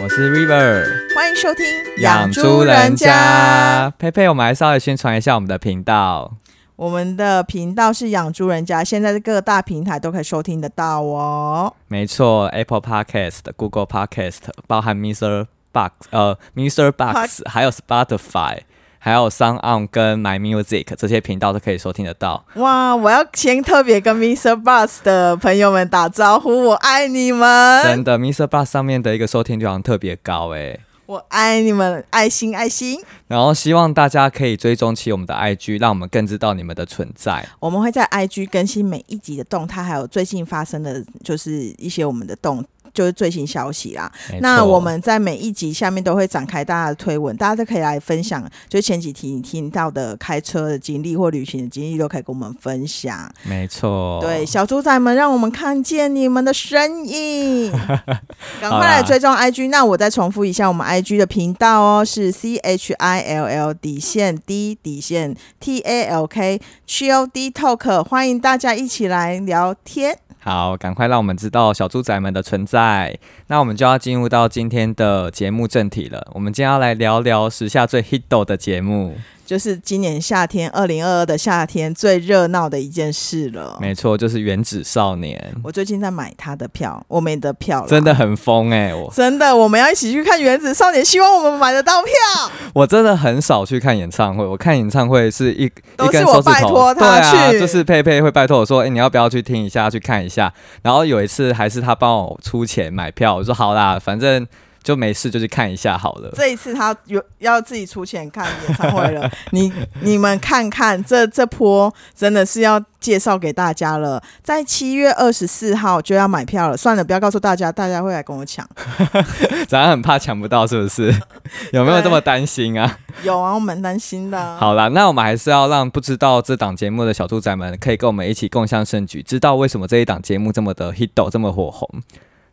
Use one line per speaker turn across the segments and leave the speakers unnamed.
我是 River，
欢迎收听《
养猪人家。佩佩，我们来稍微宣传一下我们的频道。
我们的频道是养猪人家，现在各大平台都可以收听得到哦。
没错，Apple Podcast、Google Podcast，包含 Mr. Box，呃，Mr. Box，还有 Spotify，还有 Sound On 跟 My Music 这些频道都可以收听得到。
哇，我要先特别跟 Mr. Bus 的朋友们打招呼，我爱你们，
真的，Mr. Box 上面的一个收听率好像特别高诶、
我爱你们，爱心爱心。
然后希望大家可以追踪起我们的 IG，让我们更知道你们的存在。
我们会在 IG 更新每一集的动态，还有最近发生的，就是一些我们的动，就是最新消息啦。
没错
那我们在每一集下面都会展开大家的推文，大家都可以来分享，就前几题你听到的开车的经历或旅行的经历都可以跟我们分享。
没错，
对，小猪仔们，让我们看见你们的身 影，赶快来追踪 IG。那我再重复一下，我们 IG 的频道哦，是 C H I L L 底线 D 底线 T A L K C O D Talk，欢迎大家一起来聊天。
好，赶快让我们知道小猪仔们的存在。那我们就要进入到今天的节目正题了。我们今天要来聊聊时下最 hit 的节目，
就是今年夏天，二零二二的夏天最热闹的一件事了。
没错，就是《原子少年
我最近在买他的票，我们的票》，了，
真的很疯 哎、我
真的，我们要一起去看《原子少年》，希望我们买得到票。
我真的很少去看演唱会，我看演唱会是一
都
一
是
根
我
手指
拜
头，
托
对
他
啊，
去
就是佩佩会拜托我说，哎、你要不要去听一下，去看一下？然后有一次还是他帮我出钱买票，我说好啦，反正就没事就去看一下好了。
这一次他有要自己出钱看演唱会了，你你们看看这这波真的是要介绍给大家了，在七月二十四号就要买票了。算了，不要告诉大家，大家会来跟我抢。
咱很怕抢不到，是不是？ 有没有这么担心啊？
有啊，我蛮担心的啊、
好啦，那我们还是要让不知道这档节目的小猪仔们，可以跟我们一起共襄盛举，知道为什么这一档节目这么的 hit 这么火红。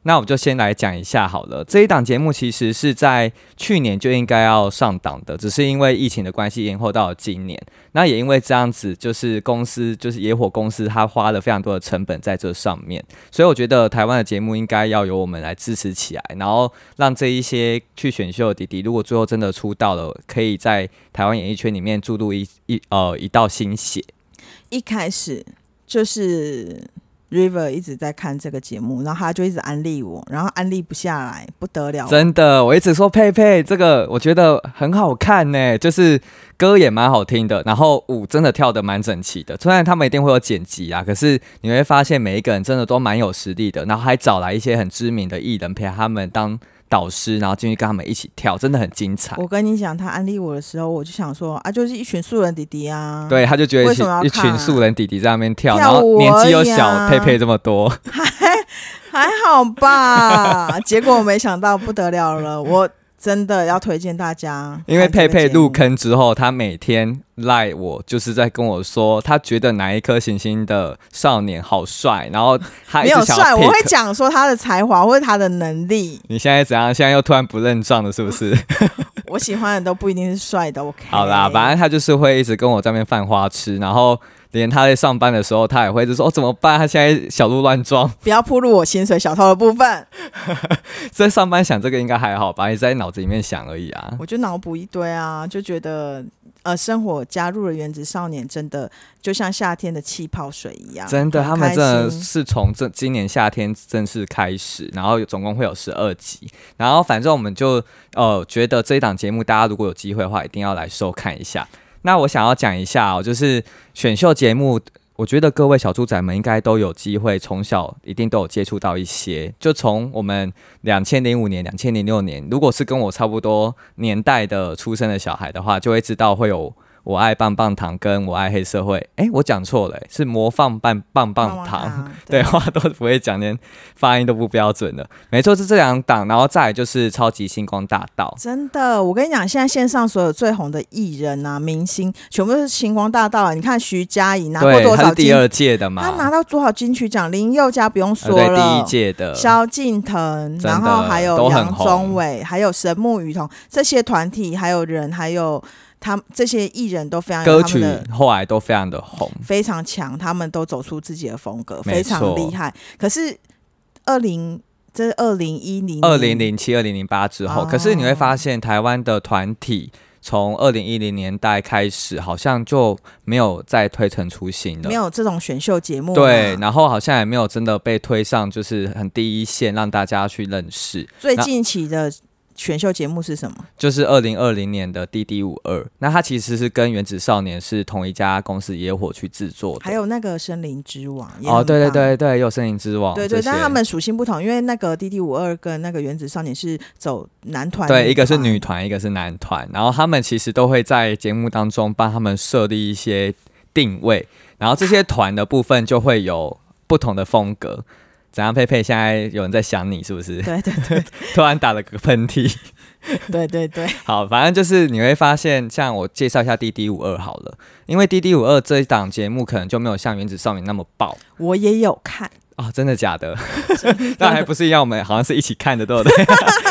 那我们就先来讲一下好了，这一档节目其实是在去年就应该要上档的，只是因为疫情的关系延后到了今年。那也因为这样子，就是公司就是野火公司，它花了非常多的成本在这上面，所以我觉得台湾的节目应该要由我们来支持起来，然后让这一些去选秀的弟弟，如果最后真的出道了，可以在台湾演艺圈里面注入一一呃一道新血。
一开始就是 River 一直在看这个节目，然后他就一直安利我，然后安利不下来，不得了。
真的，我一直说佩佩这个，我觉得很好看呢，就是歌也蛮好听的，然后舞真的跳的蛮整齐的。虽然他们一定会有剪辑啊，可是你会发现每一个人真的都蛮有实力的，然后还找来一些很知名的艺人陪他们当导师，然后进去跟他们一起跳，真的很精彩。
我跟你讲，他安利我的时候，我就想说啊，就是一群素人弟弟啊，
对，他就觉得一
为什
群
么要
一
看啊
群素人弟弟在那边跳，然
跳
后
舞
年纪又
而已
小，
啊
佩佩这么多，
还好吧， 结果没想到不得了了，我真的要推荐大家，
因为佩佩入
看
坑之后，他每天赖我，就是在跟我说，他觉得哪一颗行星的少年好帅，然后他一
这个节目没有
直想
帅，
要 pick。
我会讲说他的才华或者他的能力，
你现在怎样？现在又突然不认账了，是不 是？
我喜欢的都不一定是帅的。OK，
好啦，反正他就是会一直跟我在那边犯花痴，然后连他在上班的时候，他也会就说：“哦，怎么办？他现在小鹿乱撞。
不要铺入我薪水小偷的部分，”
在上班想这个应该还好吧？你在脑子里面想而已啊。
我就脑补一堆啊，就觉得呃，生活加入了原子少年，真的就像夏天的气泡水一样，
真的，
很
他们
开
真的
心
是从这今年夏天正式开始，然后有总共会有十二集，然后反正我们就呃觉得这一档节目大家如果有机会的话，一定要来收看一下。那我想要讲一下哦，就是选秀节目。我觉得各位小猪仔们应该都有机会，从小一定都有接触到一些。就从我们两千零五年、两千零六年，如果是跟我差不多年代的出生的小孩的话，就会知道会有我爱棒棒糖跟我爱黑社会。诶，我讲错了、是模仿棒棒棒糖。， 对，话都不会讲，连发音都不标准的。没错，是这两档，然后再来就是超级星光大道。
真的，我跟你讲，现在线上所有最红的艺人啊、明星，全部都是星光大道啊。你看徐佳莹拿过
对，
多
它
少
是第
金？
二届的嘛，
她拿到多少金曲奖？林宥嘉不用
呃
说
对
了，
第一届的，
萧敬腾，
的
然后还
都
有
很
杨
红
宗纬，还有神木雨桐这些团体，还有人，还有他这些艺人都非常有
歌
哎他们
曲
的
后来都非常的红。
非常强，他们都走出自己的风格，
没
非常
错
厉害。可是二零这是二零一零
二零零七、二零零八之
嗯
后，
哦
可是你会发现台湾的团体从二零一零年代开始，好像就没有再推陈出新了
没。有这种选秀节目嘛，啊
对，然后好像也没有真的被推上就是很第一线，让大家去认识。
最
那
近期的选秀节目是什么？
就是二零二零年的 D D 五二，那它其实是跟《原子少年》是同一家公司野火去制作的。
还有那个《森林之王》也
哦，
很
对对
棒。
对对，有《森林之王》
对对，
这
但
些
他们属性不同，因为那个 D D 五二跟那个原子少年是走男团，
对，一个是
团
女团，一个是男团，然后他们其实都会在节目当中帮他们设立一些定位，然后这些团的部分就会有不同的风格。怎样，佩佩？现在有人在想你是不是？
对对对
突然打了个喷嚏。
对对对，
好，反正就是你会发现，像我介绍一下《D D 五二》好了，因为《D D 五二》这一档节目可能就没有像《原子少年》那么爆
我也有看，
啊、真的假的？ 那还不是一样？我们好像是一起看的，对不 对？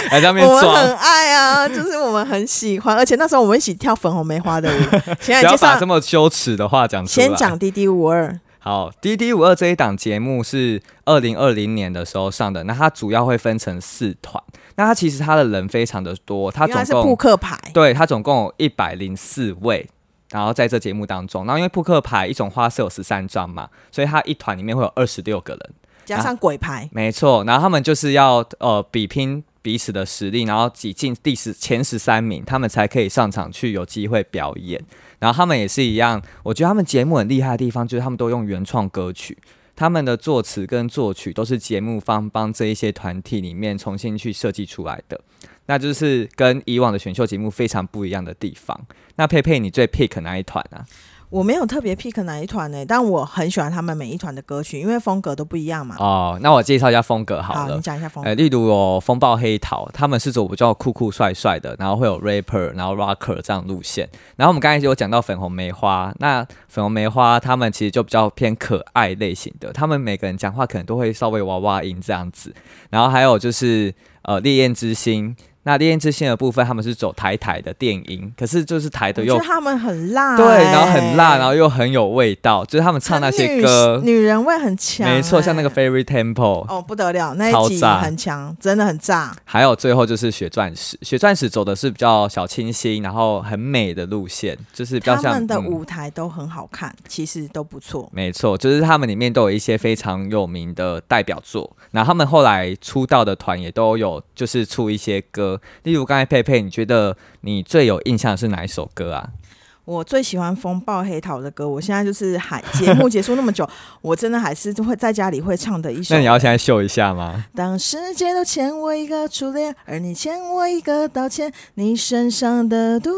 还在那边
我们
装
很，爱啊，就是我们很喜欢，而且那时候我们一起跳粉红梅花 的舞。现在
不要
哎介
把
绍
这，么羞耻的话讲出啊来。
先讲 D D 五二，
好，《D D 五二》这一档节目是二零二零年的时候上的，那它主要会分成四团，那它其实它的人非常的多，它
因为它
总
是扑
共
克牌，
对它总共有一百零四位。然后在这节目当中，然后因为扑克牌一种花色有十三张嘛，所以它一团里面会有二十六个人，
加上鬼牌，
没错。然后他们就是要呃比拼彼此的实力，然后挤进第十前十三名，他们才可以上场去有机会表演。然后他们也是一样，我觉得他们节目很厉害的地方就是他们都用原创歌曲。他们的作词跟作曲都是节目方帮这一些团体里面重新去设计出来的，那就是跟以往的选秀节目非常不一样的地方。那佩佩，你最 pick 哪一团啊？
我没有特别 pick 哪一团呢、欸但我很喜欢他们每一团的歌曲，因为风格都不一样嘛。
哦，那我介绍一下风格好了
你。讲一下风格。
呃，例如有风暴黑桃，他们是走比较酷酷帅帅的，然后会有 rapper，然后 rocker 这样路线。然后我们刚才有讲到粉红梅花，那粉红梅花他们其实就比较偏可爱类型的，他们每个人讲话可能都会稍微娃娃音这样子。然后还有就是呃烈焰之心，那烈焰之心的部分他们是走台台的电音，可是就是台的
我觉
又
得他们很辣、
对，然后很辣，然
后
后又很有味道，就是他们唱那些歌，
女人味很强、
没错，像那个
哎
Fairy Temple，
哦不得了，那
超
一集
炸
很强，真的很炸。
还有最后就是血钻石，血钻石走的是比较小清新，然后很美的路线，就是比较
他
像
们的
嗯
舞台都很好看，其实都不错。
没错，就是他们里面都有一些非常有名的代表作，然后他们后来出道的团也都有就是出一些歌，例如刚才佩佩，你觉得你最有印象的是哪一首歌啊？
我最喜欢风暴黑桃的歌，我现在就是还节目结束那么 久，我真的还是会在家里会唱的一首
那。你要现在秀一下吗？
当世界都欠我一个初恋，而你欠我一个道歉，你身上的毒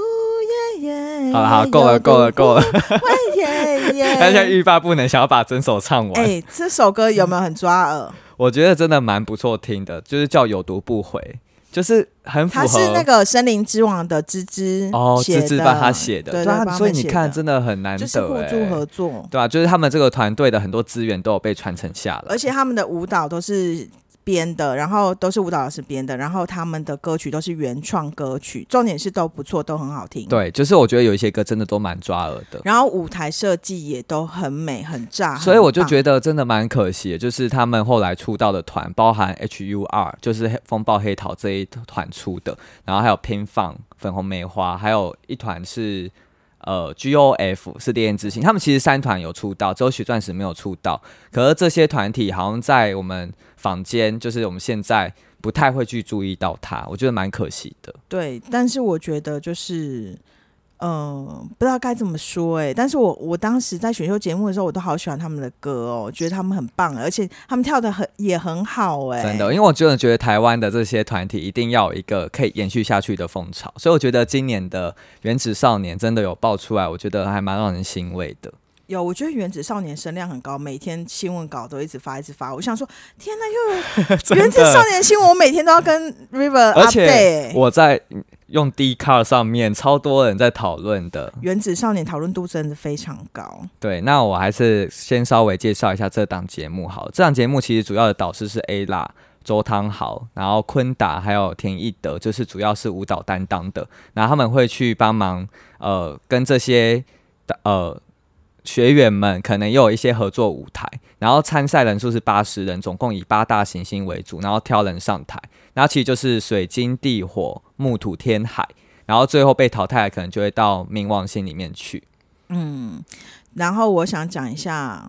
耶耶，
好了，好，够了，够了，够了，
了，耶 耶。
大家欲罢不能，想要把整首唱完。
哎、这首歌有没有很抓耳？
我觉得真的蛮不错听的，就是叫有毒不回，就是很符
它
合。
是那个《森林之王》的芝芝
哦，
写
芝
的
芝帮他写的，
对
啊
帮他，们
所以你
写的
看真的很难得、欸，
就是互助合作，
对啊，就是他们这个团队的很多资源都有被传承下来
而。且他们的舞蹈都是。编的，然后都是舞蹈老师编的，然后他们的歌曲都是原创歌曲，重点是都不错，都很好听。
对，就是我觉得有一些歌真的都蛮抓耳的，
然后舞台设计也都很美很炸，
所以我就
得
觉得真的蛮可惜的，就是他们后来出道的团，包含 H.U.R，就是黑风暴黑桃这一团出的，然后还有拼放粉红梅花，还有一团是。呃，G.O.F 是烈焰之心，他们其实三团有出道，只有许钻石没有出道。可是这些团体好像在我们坊间，就是我们现在不太会去注意到它，我觉得蛮可惜的。
对，但是我觉得就是。嗯，不知道该怎么说哎、但是我我当时在选秀节目的时候，我都好喜欢他们的歌哦，觉得他们很棒，而且他们跳的很也很好哎、
真的，因为我真的觉得台湾的这些团体一定要有一个可以延续下去的风潮，所以我觉得今年的《原子少年》真的有爆出来，我觉得还蛮让人欣慰的。
有，我觉得原子少年声量很高，每天新闻稿都一直发一直发，我想说天哪，又有原子少年新闻，我每天都要 跟 River
而
update
且
欸、
我在用 d c a r 上面超多人在讨论的。
原子少年讨论度真的非常高，
对，那我还是先稍微介绍一下这档节目好了。这档节目其实主要的导师是 A 啦。周汤豪，然后昆达还有田一德，就是主要是舞蹈担当的，然后他们会去帮忙呃跟这些呃学员们可能也有一些合作舞台，然后参赛人数是八十人，总共以八大行星为主，然后挑人上台，然后其实就是水晶、地火、木、土、天、海，然后最后被淘汰的可能就会到冥王星里面去。
嗯，然后我想讲一下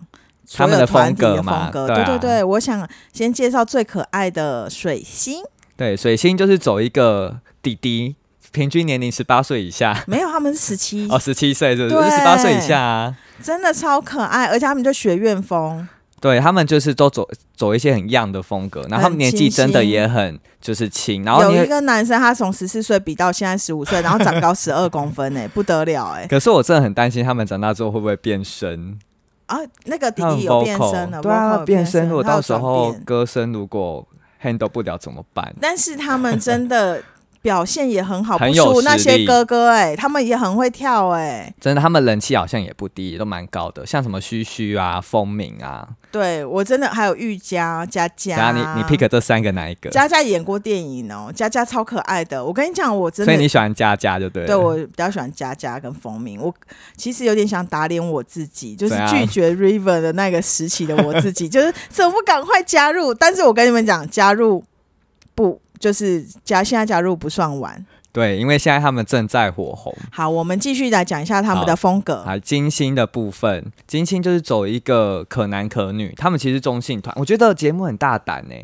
他们的
所有团
风
体的
格嘛
风格，
对
对对
啊
对，我想先介绍最可爱的水星，
对，水星就是走一个弟弟，平均年龄十八岁以下，
没有他们是十七、
哦，十七岁是不
对
是？十八岁以下啊。
真的超可爱，而且他们就学院风，
对他们就是都走走一些很样的风格，然后他们年纪真的也很就是轻，然后你
有一
会
个男生他从十四岁比到现在十五岁，然后长高十二公分哎、不得了哎、
可是我真的很担心他们长大之后会不会变声，
啊，那个弟
他们
弟有变声
vocal
了，
对啊，
vocal 有
变
声，
声如果
他有
到时
转
候
变
歌声如果 handle 不了怎么办？
但是他们真的表现也很好，
很
不
有
输那
实
些
力
哥哥哎、他们也很会跳哎、
真的，他们人气好像也不低，都蛮高的，像什么嘘嘘啊、风鸣啊，
对我真的还有玉佳佳佳，
然后你你 pick 这三个哪一个？
佳佳演过电影哦，佳佳超可爱的。我跟你讲，我真
所以
的
你喜欢佳佳就对了。
对我比较喜欢佳佳跟风鸣。我其实有点想打脸我自己，就是
怎样
拒绝 River 的那个时期的我自己，就是怎么不赶快加入？但是我跟你们讲，加入不就是加现在加入不算晚。
对，因为现在他们正在火红。
好，我们继续来讲一下他们的风格。
啊，金星的部分，金星就是走一个可男可女，他们其实中性团，我觉得节目很大胆呢、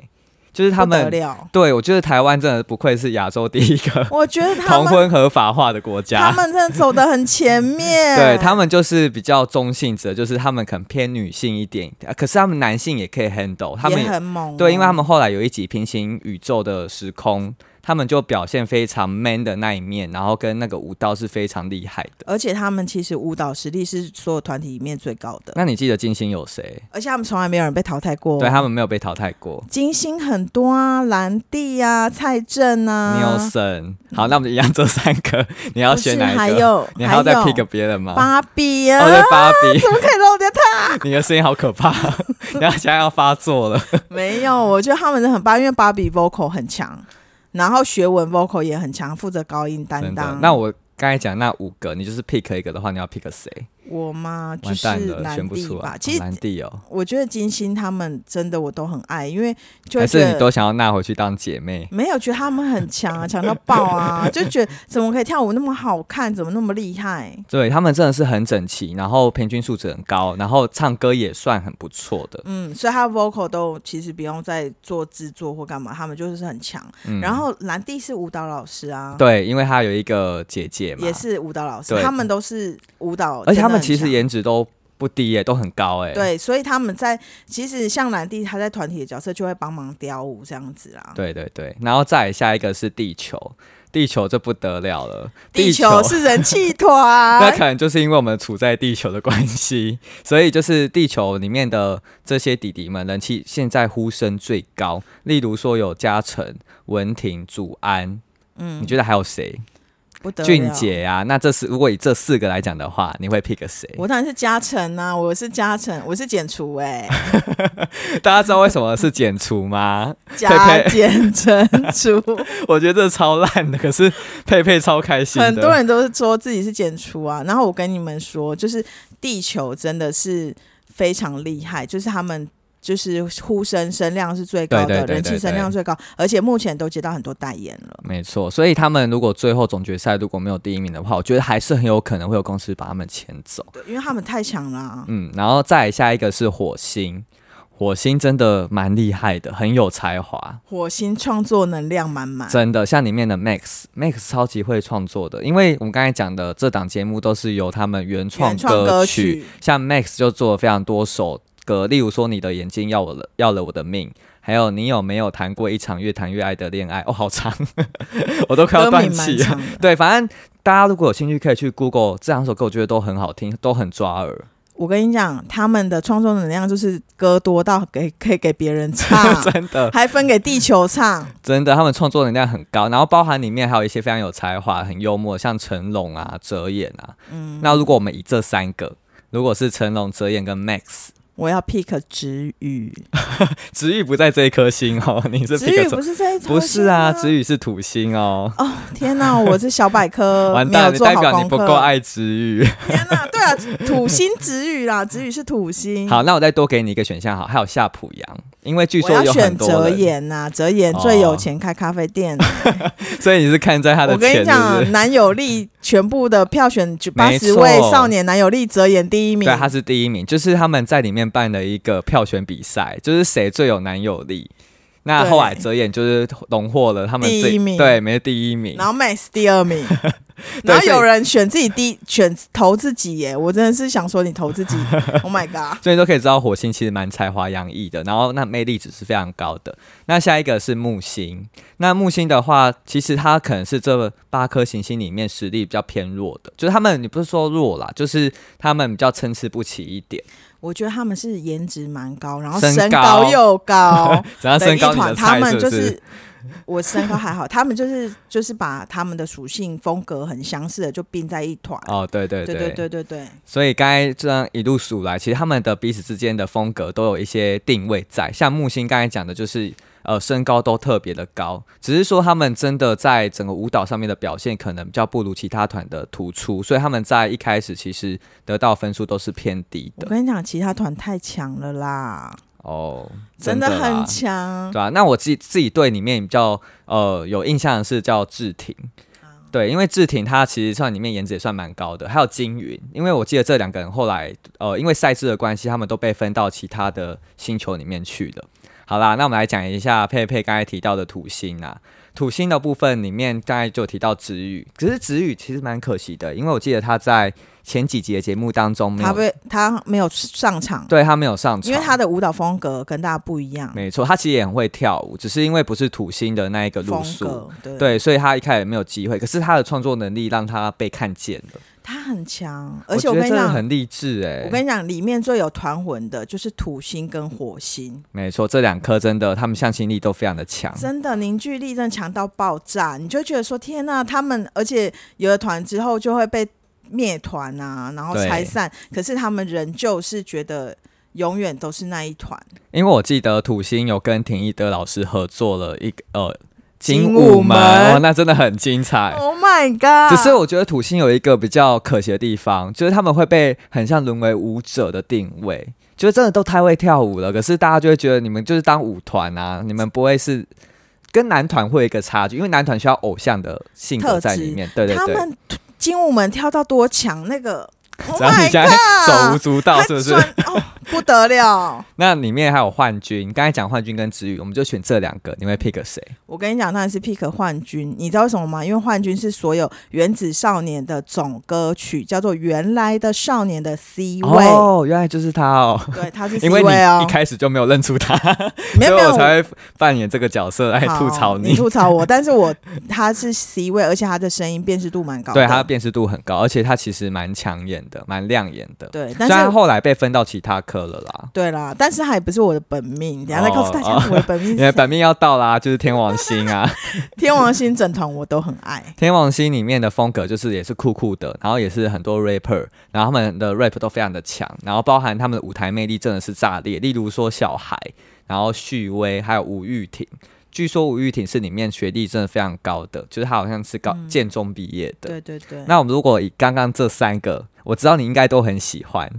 就是他
不得
们，
了，
对我觉得台湾真的不愧是亚洲第一个
我觉得 他
同
们
婚合法化的国
他
家。
们呃真的走的很前面，
对他们就是比较中性者，就是他们可能偏女性一点，啊可是他们男性也可以 handle，他们
也
也
很猛哦，
对，因为他们后来有一集平行宇宙的时空，他们就表现非常 man 的那一面，然后跟那个舞蹈是非常厉害的。
而且他们其实舞蹈实力是所有团体里面最高的，
那你记得金星有谁？
而且他们从来没有人被淘汰过。哦
对他们没有被淘汰过。
金星很多啊，兰蒂啊，蔡振啊，
Nielsen，好，那我们一样这三个，你要
不
选
是
哪一个？
还有
你还要再
还有
pick 别人吗？
芭比
哦，
啊
对，，芭比，
怎么可以漏掉他？
你的声音好可怕， 你要想要发作了。
没有，我觉得他们真的很棒，因为芭比 vocal 很强，然后学文 vocal 也很强，负责高音担
真的
当。，
那我刚才讲那五个，你就是 pick 一个的话，你要 pick 谁？
我嘛就
完
是
蛋了，选
兰
不
蒂
出
吧
来。。
其实
难地哦，
我觉得金星他们真的我都很爱，因为就
还
会觉
是你
得
都想要纳回去当姐妹？
没有觉得他们很强啊，强到爆啊，就觉得怎么可以跳舞那么好看，怎么那么厉害？
对他们真的是很整齐，然后平均素质很高，然后唱歌也算很不错的。
嗯，所以他 vocal 都其实不用再做制作或干嘛，他们就是很强。
嗯，
然后兰蒂是舞蹈老师啊，
对，因为他有一个姐姐嘛，
也是舞蹈老师，
对
他们都是舞蹈，
而且
真的
他们
很
其实
强
颜值都不低耶，都很高哎。
对，所以他们在其实像兰蒂，他在团体的角色就会帮忙雕舞这样子啦。
对对对，然后再来下一个是地球，地球这不得了了，
地球是哎人气
那
团
可，能就是因为我们处在地球的关系，所以就是地球里面的这些弟弟们人气现在呼声最高。例如说有嘉诚、文婷、祖安，
嗯
你，觉得还有谁？
不得
俊
了。
杰啊，那这是如果以这四个来讲的话，你会 pick 谁？
我当然是嘉诚啊，我是嘉诚，我是减除 哎、
大家知道为什么是减除吗？
加
佩佩
减乘除，
我觉得这超烂的，可是佩佩超开心的。
很多人都是说自己是减除啊。然后我跟你们说，就是地球真的是非常厉害，就是他们。就是呼声声量是最高的，
对对对
人气
对
声量最高，而且目前都接到很多代言了。
没错，所以他们如果最后总决赛如果没有第一名的话，我觉得还是很有可能会有公司把他们牵走。
对，因为他们太强了啊、
嗯，然后再来下一个是火星，火星真的蛮厉害的，很有才华，
火星创作能量满满。
真的像里面的 Max，Max 超级会创作的，因为我们刚才讲的这档节目都是由他们原创
原创歌曲
像 Max 就做了非常多首歌，例如说你的眼睛要我了，要了我的命。还有，你有没有谈过一场越谈越爱的恋爱？哦，好长， 我都快要
歌
断
名
气
蛮
了。
长 的，
对，反正大家如果有兴趣，可以去 Google 这两首歌，我觉得都很好听，都很抓耳，，
我跟你讲，他们的创作能量就是歌多到给可以给别人唱
真的，
还分给地球唱。
真的，他们创作能量很高，然后包含里面还有一些非常有才华、很幽默，像成龙啊、哲言啊。
嗯，
那如果我们以这三个，如果是成龙、哲言跟 Max，
我要 pick 直语，
子宇不在这一颗星哦，你是
直语
pick
不是这一种，
不是啊，
直
子宇是土星哦。
哦，天 哪，我是小百科，
完
呃没有
蛋，
做
代
好
表
功
你不
课
够爱子宇。
天哪，对啊，土星直语啦，直语是土星。，
好，那我再多给你一个选项，好，还有夏普阳，因为据
我
说
要
有
选
很
哲
多人，哦
言呐、哲言最有钱开咖啡店。
所以你是看在他的
我跟
钱，
你
是不
讲，
是？
男友力全部的票选八
没
十
错
位少年男友力哲言第一名
对，。他是第一名，就是他们在里面办的一个票选比赛，就是谁最有男友力。那
对
后来泽演就是荣获了他们
第一
最
名
对，没第一名
然。后 Max 第二 名，然后
所以
有人选自己第选投自己耶，我真的是想说你投自 己，Oh my god！
所以都可以知道火星其实蛮才华洋溢的，然后那魅力值是非常高的。那下一个是木星，那木星的话，其实它可能是这八颗行星里面实力比较偏弱的，就是他们你不是说弱啦，就是他们比较参差不齐一点。
我觉得他们是颜值蛮高，然后
身
身
高
高又 高
怎样
的
身
一
啊高你
团，
的
他
菜
们
是
就
不
是。我身高还好，他们就是就是把他们的属性风格很相似的就并在一团。
哦，对对
对对对对对，
所以刚才这样一路数来，其实他们的彼此之间的风格都有一些定位在。像木星刚才讲的，就是呃身高都特别的高，只是说他们真的在整个舞蹈上面的表现可能比较不如其他团的突出，所以他们在一开始其实得到分数都是偏低
我
的
跟你讲，其他团太强了啦，
哦，
真
的
的
啦
很强。
对啊，那我自己自己对里面比较呃有印象的是叫志廷，
哦
对，因为志廷他其实算里面颜值也算蛮高的，还有金云，因为我记得这两个人后来呃因为赛制的关系，他们都被分到其他的星球里面去了。好啦，那我们来讲一下佩佩刚才提到的土星啊，土星的部分里面刚才就有提到子宇，可是子宇其实蛮可惜的，因为我记得他在前几集的节目当中没
他
有，
被他没有上场，
对他没有上场，
因为他的舞蹈风格跟大家不一样，
没错，他其实也很会跳舞，只是因为不是土星的那一个路
风
数，
格对，
对，所以他一开始没有机会，可是他的创作能力让他被看见了，
他很强。而且我
我觉
跟你
得真的
讲，
很励志哎、
我跟你讲，里面最有团魂的就是土星跟火星，
没错，这两颗真的，他们向心力都非常的强，
真的凝聚力真的强到爆炸，你就觉得说天呐、他们而且有了团之后就会被灭团啊，然后
对
拆散，可是他们仍旧是觉得永远都是那一团。
因为我记得土星有跟廷义德老师合作了一个呃
精
精
武
武门
门
哦，那真的很精彩。
Oh my god！
只是我觉得土星有一个比较可惜的地方，就是他们会被很像沦为舞者的定位，就是真的都太会跳舞了，可是大家就会觉得你们就是当舞团啊，你们不会是跟男团会有一个差距，因为男团需要偶像的性格在里面，对对
他
对。
们精武门跳到多强，那 个 Oh
只要你
my
现在手无
god！
足蹈，是不是？
他转哦，不得了！
那里面还有幻君，刚才讲幻君跟子宇，我们就选这两个，你会 pick 谁？
我跟你讲，当然是 pick 幻君，你知道为什么吗？因为幻君是所有原子少年的总歌曲，叫做《原来的少年》的 C 位，
哦，原来就是 他哦，
对，他是 C
因为你
位哦
一。开始就没有认出他，
没有 没
所以
有
我，才会扮演这个角色来
好
吐槽
你吐槽我，但是我他是 C 位，而且他的声音辨识度蛮高的，
对，它的辨识度很高，而且它其实蛮抢眼的，蛮亮眼的。
对，但
虽然
是
后来被分到其他科了啦，
对啦，但是他也不是我的本命，等一下再告诉大家
哦
我的本命
因
是
为
谁。
本命要到啦， 就是天王星啊。
天王星整团我都很爱。
天王星里面的风格就是也是酷酷的，然后也是很多 rapper，然后他们的 rap 都非常的强，然后包含他们的舞台魅力真的是炸裂，例如说小孩，然后旭威，还有吴玉婷。据说吴玉婷是里面学历真的非常高的，就是她好像是高、
嗯
建中毕业的。
对对对，
那我们如果以刚刚这三个，我知道你应该都很喜欢，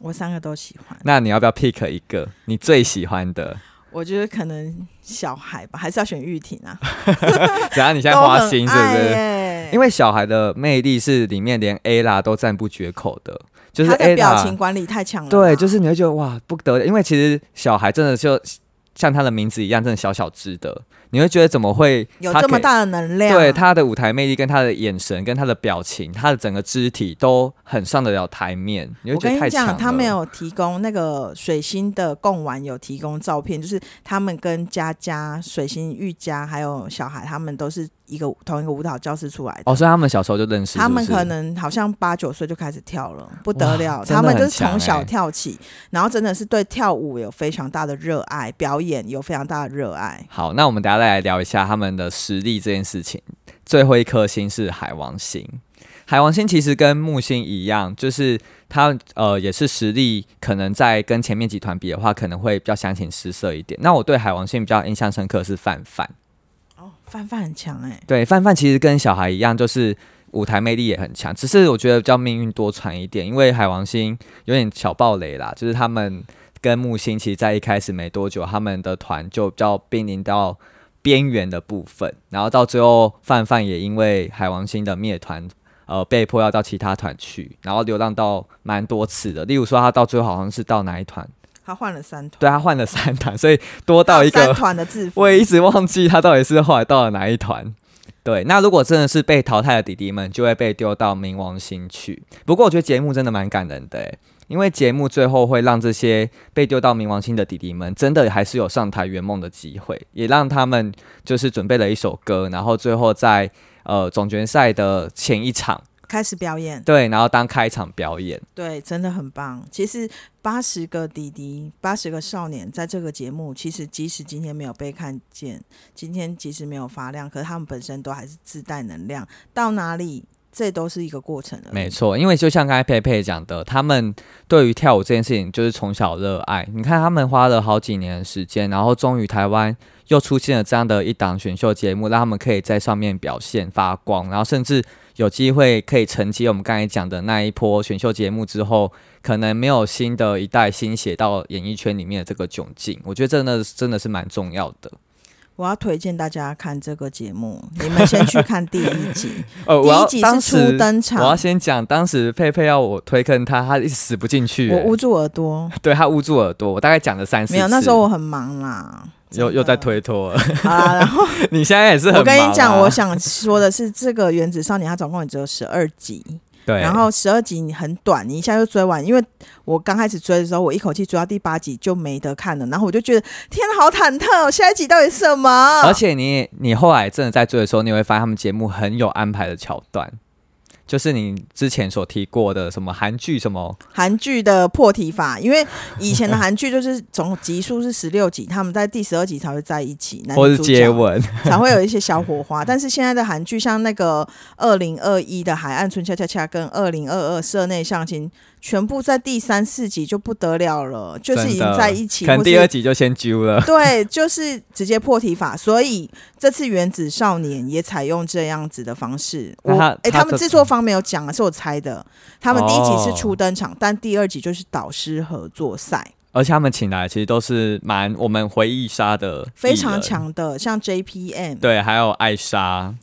我三个都喜欢。
那你要不要 pick 一个你最喜 欢的？
我觉得可能小孩吧，还是要选玉婷啊。
然后你现在
都
花
很
心是
爱
不是？
耶
因为小孩的魅力是里面连 A 啦都赞不绝口的，就是
他的
A
表情
啦，
管理太强了啦。
对，就是你会觉得哇不得了，因为其实小孩真的就像他的名字一样，真的小小只的，你会觉得怎么会
有
他
这么
给
大的能量。啊
对他的舞台魅力、跟他的眼神、跟他的表情、他的整个肢体都很上得了台面，你会
我
觉得
跟
太
你
强
讲，
了。
他们有提供那个水星的贡丸，有提供照片，就是他们跟佳佳、水星、玉佳还有小孩，他们都是一个同一个舞蹈教室出来的。
哦，所以他们小时候就认识，
他们
是不是
可能好像八九岁就开始跳了，不得了
哇！真的
他们就
很
是从
强
小
欸
跳起，然后真的是对跳舞有非常大的热爱，表演有非常大的热爱。
好，那我们等一下再来聊一下他们的实力这件事情。最后一颗星是海王星，海王星其实跟木星一样，就是它呃也是实力，可能在跟前面集团比的话，可能会比较相形失色一点。那我对海王星比较印象深刻是范范，
哦，范范很强哎、
对范范其实跟小孩一样，就是舞台魅力也很强，只是我觉得比较命运多舛一点，因为海王星有点小暴雷啦，就是他们跟木星其实在一开始没多久，他们的团就比较濒临到。边缘的部分，然后到最后，范范也因为海王星的灭团呃，被迫要到其他团去，然后流浪到蛮多次的。例如说，他到最后好像是到哪一团？
他换了三团，
对他换了三团，所以多到一
三
个，
团的制服，
我也一直忘记他到底是后来到了哪一团。对，那如果真的是被淘汰的弟弟们，就会被丢到冥王星去。不过我觉得节目真的蛮感人的欸，因为节目最后会让这些被丢到冥王星的弟弟们，真的还是有上台圆梦的机会，也让他们就是准备了一首歌，然后最后在呃总决赛的前一场。
开始表演，
对，然后当开场表演，
对，真的很棒。其实八十个弟弟，八十个少年，在这个节目，其实即使今天没有被看见，今天即使没有发亮，可是他们本身都还是自带能量，到哪里这都是一个过程而已。
没错。因为就像刚才佩佩讲的，他们对于跳舞这件事情就是从小热爱。你看，他们花了好几年的时间，然后终于台湾又出现了这样的一档选秀节目，让他们可以在上面表现发光，然后甚至有机会可以承接我们刚才讲的那一波选秀节目之后，可能没有新的一代新血到演艺圈里面的这个窘境，我觉得真的真的是蛮重要的。
我要推荐大家看这个节目，你们先去看第一集，
呃，
第
我要
一集
当
是
时
初登
我要
场，
先讲，当时佩佩要我推坑他，他一直死不进去、
我
欸
捂住耳 朵，
对他捂住耳朵，我大概讲了三四次。
没有，那时候我很忙啦，
又
真的
又在推脱，
好啦，然后
你现在也是很、啊
我跟你讲，我想说的是，这个《原子少年》它总共也只有十二集，
对，
然后十二集你很短，你一下就追完。因为我刚开始追的时候，我一口气追到第八集就没得看了，然后我就觉得天啊，好忐忑、哦，下一集到底什么？
而且你你后来真的在追的时候，你会发现他们节目很有安排的桥段，就是你之前所提过的什么韩剧什么，
韩剧的破题法，因为以前的韩剧就是总集数是十六集，他们在第十二集才会在一起，男
或
女
是
主
接
角
吻，
才会有一些小火花。但是现在的韩剧，像那个二零二一的《海岸村恰恰恰》跟二零二二《社内相亲》，全部在第三四集就不得了了，就是已经在一起，
可能
或是
第二集就先揪了。
对，就是直接破题法，所以这次《原子少年》也采用这样子的方式。我
那他
哎、诶
他
他们
这嗯
制作方没有讲啊，是我猜的。他们第一集
哦
是初登场，但第二集就是导师合作赛，
而且他们请来其实都是蛮我们回忆杀的，
非常。强的，像 JPM，对
对，还有艾莎，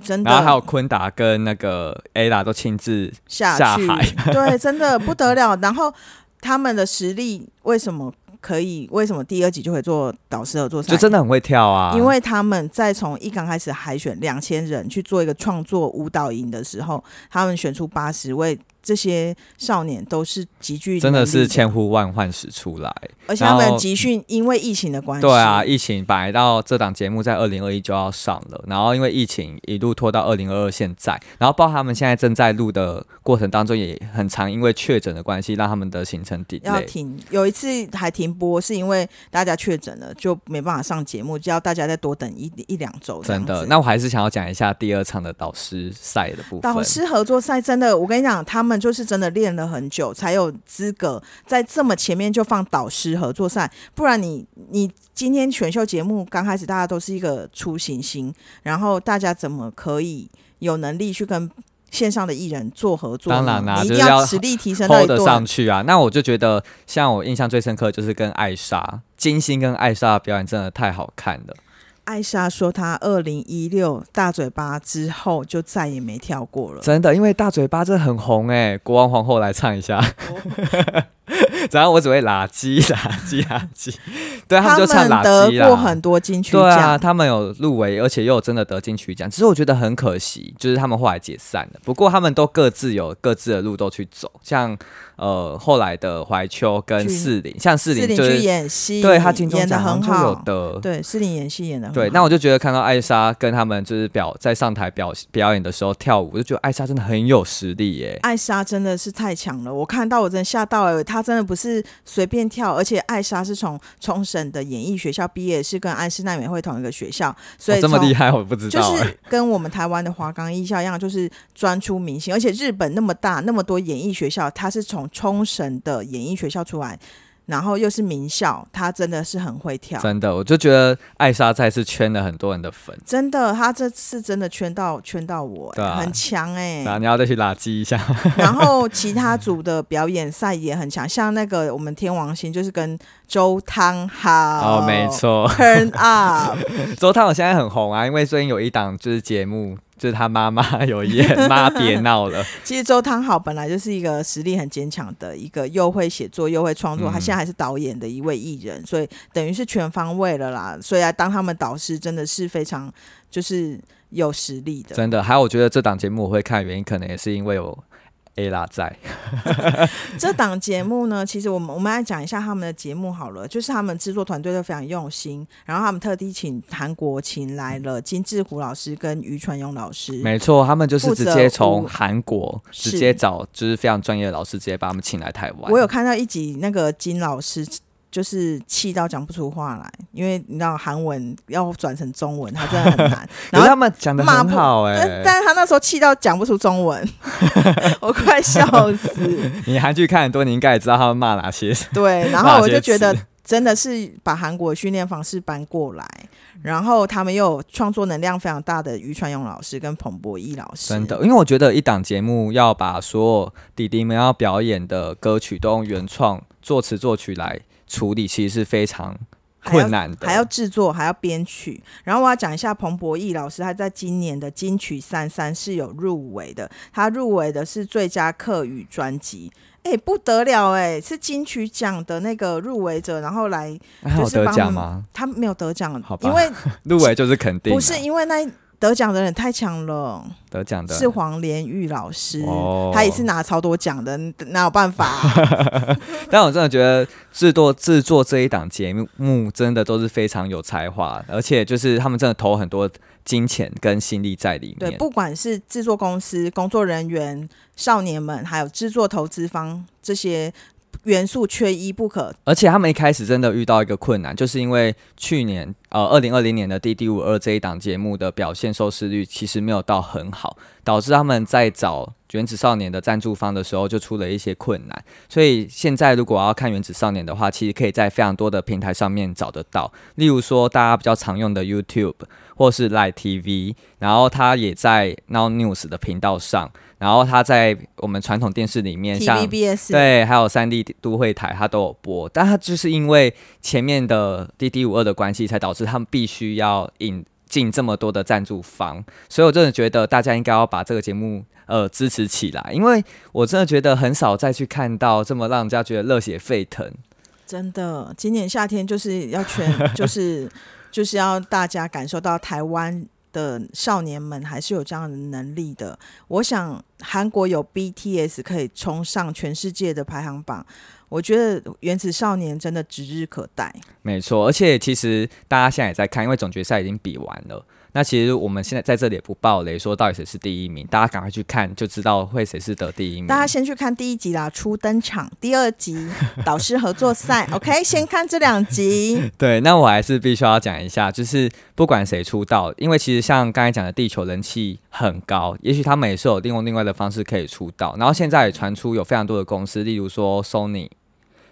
真
然后还有
的
昆达跟那个 Ella 都亲自下
下去，对，真的不得了。然后他们的实力为什么可以？为什么第二集就会做导师合作赛？
就真的很会跳啊，
因为他们在从一刚开始海选两千人去做一个创作舞蹈营的时候，他们选出八十位，这些少年都是极具
真的
能力
是千呼万唤始出来。
而且他
然
们
后
集训因为疫情的关系，
对啊，，疫情本来到这档节目在二零二一就要上了，然后因为疫情一路拖到二零二二现在，然后包括他们现在正在录的过程当中，也很常因为确诊的关系，让他们的行程
要
delay。
停。有一次还停播，是因为大家确诊了，就没办法上节目，就要大家再多等一一两周这样
真
子。
的，那我还是想要讲一下第二场的导师赛的部分。
导师合作赛真的，我跟你讲，他们就是真的练了很久，才有资格在这么前面就放导师合作赛。不然你你今天选秀节目刚开始，大家都是一个出行星，然后大家怎么可以有能力去跟线上的艺人做合作呢？
当然啦
你一
就
定
是要
实力提升到一
hold 得
定
上去啊！那我就觉得，像我印象最深刻就是跟艾莎、金星跟艾莎的表演真的太好看了。
艾莎说，她二零一六大嘴巴之后就再也没跳过了。
真的，因为大嘴巴这很红哎、国王皇后来唱一下。
哦
然后我只会垃圾垃圾垃圾，对他们就唱
他们
垃
得
圾
过
啦。
很多金曲
对啊，
奖，
他们有入围，而且又有真的得金曲奖。只是我觉得很可惜，就是他们后来解散了。不过他们都各自有各自的路都去走，像呃后来的怀秋跟
去
四零，像四
四
零
零
就
去
是
演戏，
对他金钟
演的
奖好
很
像就有
好，
得
对，是你演戏演的
对，那我就觉得看到艾莎跟他们就是表在上台表表演的时候跳舞，我就觉得艾莎真的很有实力耶、
艾莎真的是太强了，我看到我真的吓到了，她真的不是随便跳，而且艾莎是从冲绳等的演艺学校毕业，是跟安室奈美惠同一个学校，所以、
哦这么厉害，我不知
就
道、哎
是 跟我们台湾的华冈艺校一样，就是专出明星，而且日本那么大，那么多演艺学校，他是从冲绳的演艺学校出来，然后又是名校，他真的是很会跳，
真的，我就觉得艾莎再次圈了很多人的粉。
真的，他这次真的圈到圈到我、
对啊
很强哎、
啊，你要再去垃圾一下，
然后其他组的表演赛也很强，像那个我们天王星就是跟周汤豪，
哦，没错，
，Turn Up，
周汤我现在很红啊，因为最近有一档就是节目，就是他妈 妈有演《妈别闹了》，
其实周汤豪本来就是一个实力很坚强的一个，又会写作又会创作，
嗯
他现在还是导演的一位艺人，所以等于是全方位了啦。所以啊，当他们导师真的是非常就是有实力的。
真的。还有，我觉得这档节目我会看，原因可能也是因为有 A 拉在，
嗯这档节目呢，其实我们我们来讲一下他们的节目好了，就是他们制作团队都非常用心，然后他们特地请韩国琴来了，金志虎老师跟于传勇老师。
没错，他们就是直接从
负责
韩国
是
直接找就是非常专业的老师，直接把他们请来台湾。
我有看到一集那个金老师。就是气到讲不出话来，因为你知道韩文要转成中文，他真的很难。
可
然
是
后
他们讲的很好哎、
但但是他那时候气到讲不出中文， 我快笑死。
你韩剧看很多，你应该也知道他们骂哪些。
对，然后我
骂
就
街
觉得
词
真的是把韩国训练方式搬过来，
嗯
然后他们又有创作能量非常大的于传勇老师跟彭博义老师，
真的，因为我觉得一档节目要把所有弟弟们要表演的歌曲都用原创作词作曲来处理，其实是非常
还要
困难的。
还要制作，还要编曲。然后我要讲一下彭博义老师，他在今年的金曲三三是有入围的，他入围的是最佳客语专辑。哎、不得了哎、是金曲奖的那个入围者，然后来
哎还有
就是
得
帮
奖
我们
吗？
他没有得奖
好，吧
因为
入围就是肯定、啊，
不是因为那得奖的人太强了，
得奖的
是黄连玉老师，
哦
他也是拿超多奖的，哪有办法啊、
但我真的觉得制作制作这一档节目嗯真的都是非常有才华，而且就是他们真的投很多金钱跟心力在里
对，
面。
不管是制作公司、工作人员、少年们，还有制作投资方这些元素缺一不可。
而且他们一开始真的遇到一个困难，就是因为去年呃二零二零年的《D D 五二》这一档节目的表现收视率其实没有到很好，导致他们在找《原子少年》的赞助方的时候就出了一些困难。所以现在如果要看《原子少年》的话，其实可以在非常多的平台上面找得到，例如说大家比较常用的 YouTube 或是 Lite TV，然后它也在 Now News 的频道上，然后它在我们传统电视里面像
TVBS
对，还有三 D 都会台，它都有播，但它就是因为前面的 DD 五二的关系，才导致他们必须要引进这么多的赞助方，所以我真的觉得大家应该要把这个节目呃支持起来，因为我真的觉得很少再去看到这么让人家觉得热血沸腾。
真的，今年夏天就是要全，就是 就是要大家感受到台湾。的少年们还是有这样的能力的。我想韩国有 BTS 可以冲上全世界的排行榜，我觉得《原子少年》真的指日可待。
没错，而且其实大家现在也在看，因为总决赛已经比完了。那其实我们现在在这里也不爆雷，说到底谁是第一名，大家赶快去看就知道会谁是得第一名。
大家先去看第一集啦，初登场；第二 集导师合作赛，OK，先看这两集。
对，那我还是必须要讲一下，就是不管谁出道，因为其实像刚才讲的，地球人气很高，也许他们也是有利用另外的方式可以出道。然后现在也传出有非常多的公司，例如说 Sony，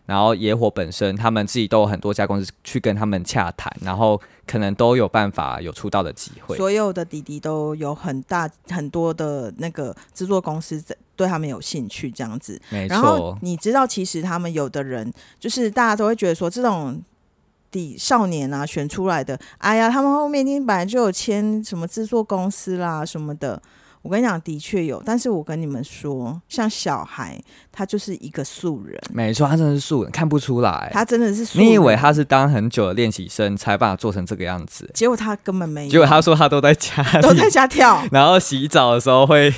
然后野火本身，他们自己都有很多家公司去跟他们洽谈，然后可能都有办法有出道的机 会。
所有的弟弟都有很大很多的那个制作公司在对他们有兴趣，这样子。
没
然后
错，
你知道，其实他们有的人就是大家都会觉得说，这种底少年啊选出来的，哎呀，他们后面一定本来就有签什么制作公司啦什么的。我跟你讲，的确有，但是我跟你们说，像小孩，他就是一个素人。
没错，他真的是素人，看不出来。
他真的是素人
哎你以为他是当很久的练习生才把它做成这个样子？
结果他根本没有，
结果他说他都在家里，
都在家跳
然后洗澡的时候 会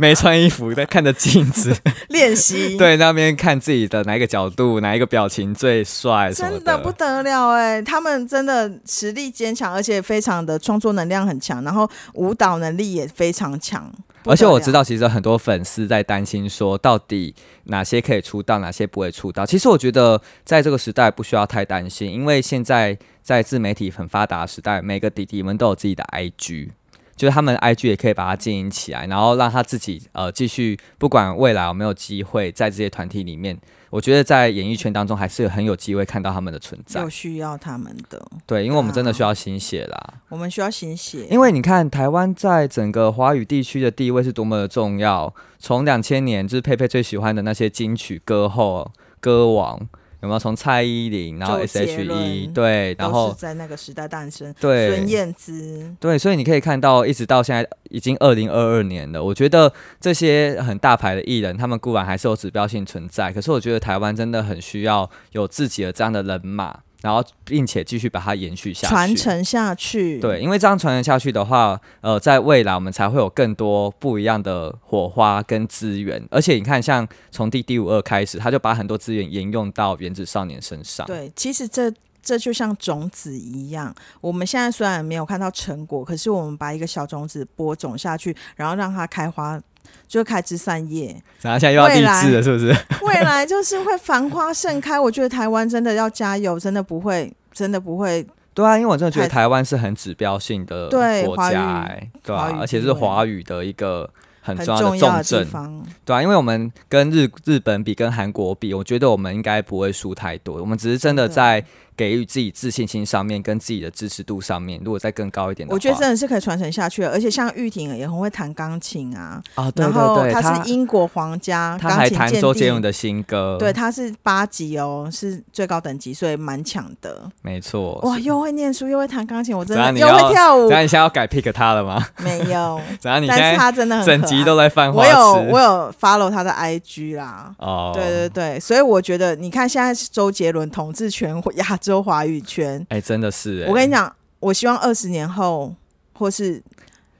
没穿衣服，在看着镜子，
练习，，
对那边看自己的哪一个角度、哪一个表情最帅什么
真的不得了哎、他们真的实力坚强，而且非常的创作能量很强，然后舞蹈能力也非常强，不
而且
得
我
了
知道，其实很多粉丝在担心说，到底哪些可以出道，哪些不会出道。其实我觉得，在这个时代不需要太担心，因为现在在自媒体很发达的时代，每个弟弟们都有自己的 IG，就是他们 IG 也可以把它经营起来，然后让他自己呃继续，不管未来有没有机会在这些团体里面，我觉得在演艺圈当中还是很有机会看到他们的存在
有。需要他们的，
对，因为我们真的需要新血啦。
我们需要新血，
因为你看，台湾在整个华语地区的地位是多么的重要。从两千年，就是佩佩最喜欢的那些金曲歌后、歌王，有没有？从蔡依林，然后
周杰
S.H.E，
伦
对，然
都
后
是在那个时代诞生，孙
对
燕姿，
对，所以你可以看到，一直到现在已经二零二二年了。我觉得这些很大牌的艺人，他们固然还是有指标性存在，可是我觉得台湾真的很需要有自己的这样的人马，然后并且继续把它延续下去，
传承下去，
对，因为这样传承下去的话，呃，在未来我们才会有更多不一样的火花跟资源。而且你看，像从第第五二开始，他就把很多资源沿用到原子少年身上。
对，其实这这就像种子一样，我们现在虽然没有看到成果，可是我们把一个小种子播种下去，然后让它开花，就开枝散叶，
然后现在又要
未
励
来
志了，是不是？
未来就是会繁花盛开。我觉得台湾真的要加油，真的不会，真的不会。
对啊，因为我真的觉得
还是
台湾是很指标性的
对
国
华语
家、哎，对
华
啊
语，
而且
地
是
位
华语的一个很
很
重要
重
的
要
重
的地
镇，
方，
对啊，因为我们跟日日本比，跟韩国比，我觉得我们应该不会输太多。我们只是真的
真的
在给予自己自信心上面，跟自己的支持度上面，如果再更高一点的话，
我觉得真的是可以传承下去的。而且像玉婷也很会弹钢琴啊，
啊，对
然后
对对，
她
他
是英国皇家
他
钢
还
琴
弹
鉴
周杰
定
伦的新歌，
对，，她是八级哦，是最高等级，所以蛮强的。
没错。
哇，又会念书，又会弹钢琴，我真
怎样
的
你
又
要
会跳舞
等，下你现在要改 pick 他了吗？
没有。
等下你
但
现
是
在
他真的很
整
可
集
爱
都在犯花
我
痴
有我有 follow 他的 IG 啦。
哦，
对对对，所以我觉得你看现在是周杰伦统治全亚洲华语圈，
哎，真的是哎，
我跟你讲，我希望二十年后或是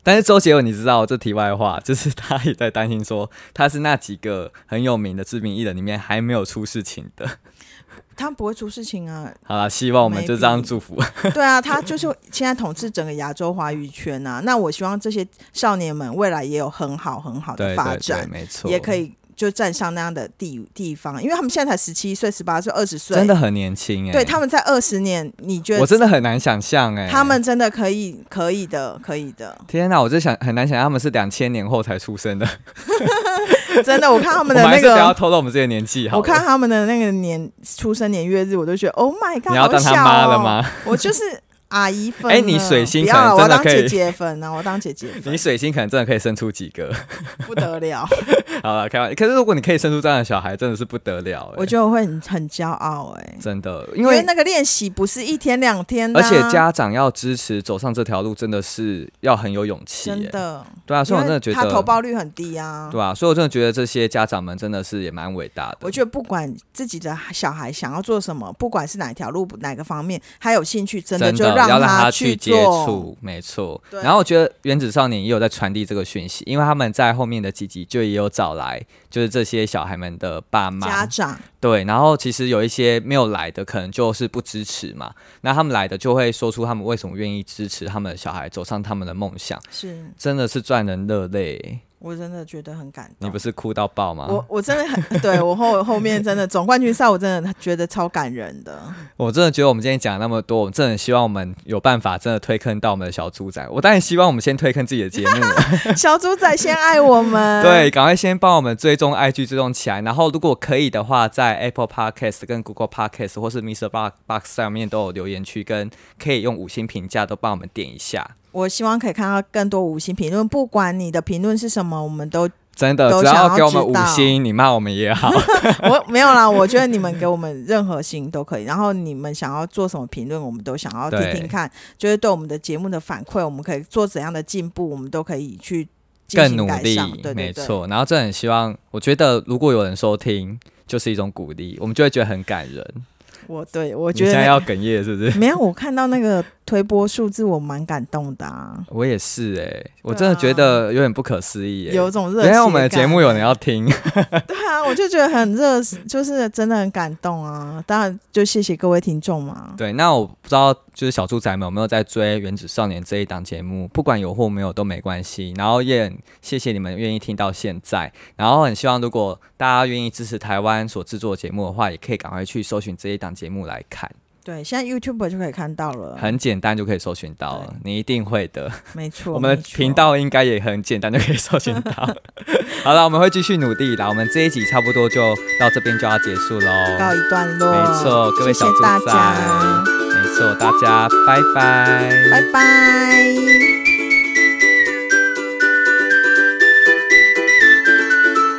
但是周杰伦，你知道这题外话，就是他也在担心说他是那几个很有名的知名艺人里面还没有出事情的。
他不会出事情 啊。
好了，希望我们就这样祝福。
对啊，他就是现在统治整个亚洲华语圈啊。那我希望这些少年们未来也有很好很好的
对
发
对
展
对，，没错，
也可以就站上那样的地地方，因为他们现在才十七岁、十八岁、二十岁，
真的很年轻哎、
对他们在二十年，你觉
我
得
真的很难想象哎、，
他们真的可以、可以的、可以的
天哪，我就想很难想象他们是两千年后才出生的。
真的。我看他
我
们的
们还
那
是不要
个，
透露我们自己的年纪好了。
我看他们的那个年出生年月日，我都觉得 Oh my God，
你要当他
好小哦
妈了？吗？
我就是阿姨粉了。
哎你水星
不要了，
可能
我要
真的
当
可以
姐姐粉 啊，我要当姐姐
你
粉，
水星可能真的可以生出几个。
不得 了。
好了，开玩笑。可是如果你可以生出这样的小孩，真的是不得了、欸。
我觉得我会很很骄傲哎，
真的，
因
因为
那个练习不是一天两天的
而
啊，
且家长要支持走上这条路，真的是要很有勇气、
真
耶。
的，
对啊，所以我真的觉
因为他投
得，
报率很低啊。
对啊，所以我真的觉得这些家长们真的是也蛮伟大的。
我觉得不管自己的小孩想要做什么，不管是哪一条路、哪个方面，他有兴趣，真的就
要让
他
去接
做。
触，没错。
对
然后我觉得原子少年也有在传递这个讯息，因为他们在后面的几集就也有找来，就是这些小孩们的爸
家
妈，
长
对。然后其实有一些没有来的，可能就是不支持嘛。那他们来的就会说出他们为什么愿意支持他们的小孩走上他们的梦想，
是
真的是赚人热泪。
我真的觉得很感
你
动
不。是哭到爆吗？
我我真的很对我后后面真的总冠军赛，我真的觉得超感人的。
我真的觉得我们今天讲了那么多，我真的很希望我们有办法真的推坑到我们的小猪仔。我当然希望我们先推坑自己的节目了。
小猪仔先爱我们，
对，，赶快先帮我们追踪 IG 追踪起来，然后如果可以的话，在 Apple Podcast、跟 Google Podcast 或是 Mr. Box Box 上面都有留言区，跟可以用五星评价都帮我们点一下。
我希望可以看到更多五星评论，不管你的评论是什么，我们都
真的，
都
只
想
要
要
给我们
知
五
道
星，你骂我们也好。
我没有啦。我觉得你们给我们任何信都可以，然后你们想要做什么评论，我们都想要听
对
听看，就是对我们的节目的反馈，我们可以做怎样的进步，我们都可以去进
更
行
努
改
力
善，对对
没
对。
错。然后这很希望，我觉得如果有人收听，就是一种鼓励，我们就会觉得很感人。
我对我
我
觉
现在
得
要哽咽是不 是？
没有，我看到那个推播数字，我蛮感动的啊，
我也是哎、我
对
真的
啊
觉得有点不可思议哎、
有种热
原
血
来
感。
我们的节目有人要听，
对啊，我就觉得很热，就是真的很感动啊。当然就谢谢各位听众嘛。
对，那我不知道就是小猪仔们有没有在追《原子少年》这一档节目，不管有或没有都没关系。然后也很谢谢你们愿意听到现在，然后很希望如果大家愿意支持台湾所制作的节目的话，也可以赶快去搜寻这一档节目来看，
对，现在 YouTube 就可以看到了，
很简单就可以搜寻到了，你一定会的。
没错。
我们
没
的
错
频道应该也很简单就可以搜寻 到。好了，我们会继续努力啦。我们这一集差不多就到这边就要结束喽。
告一段落，
没错各位小
谢
猪
谢
仔
大家，
没错，大家拜拜
拜拜。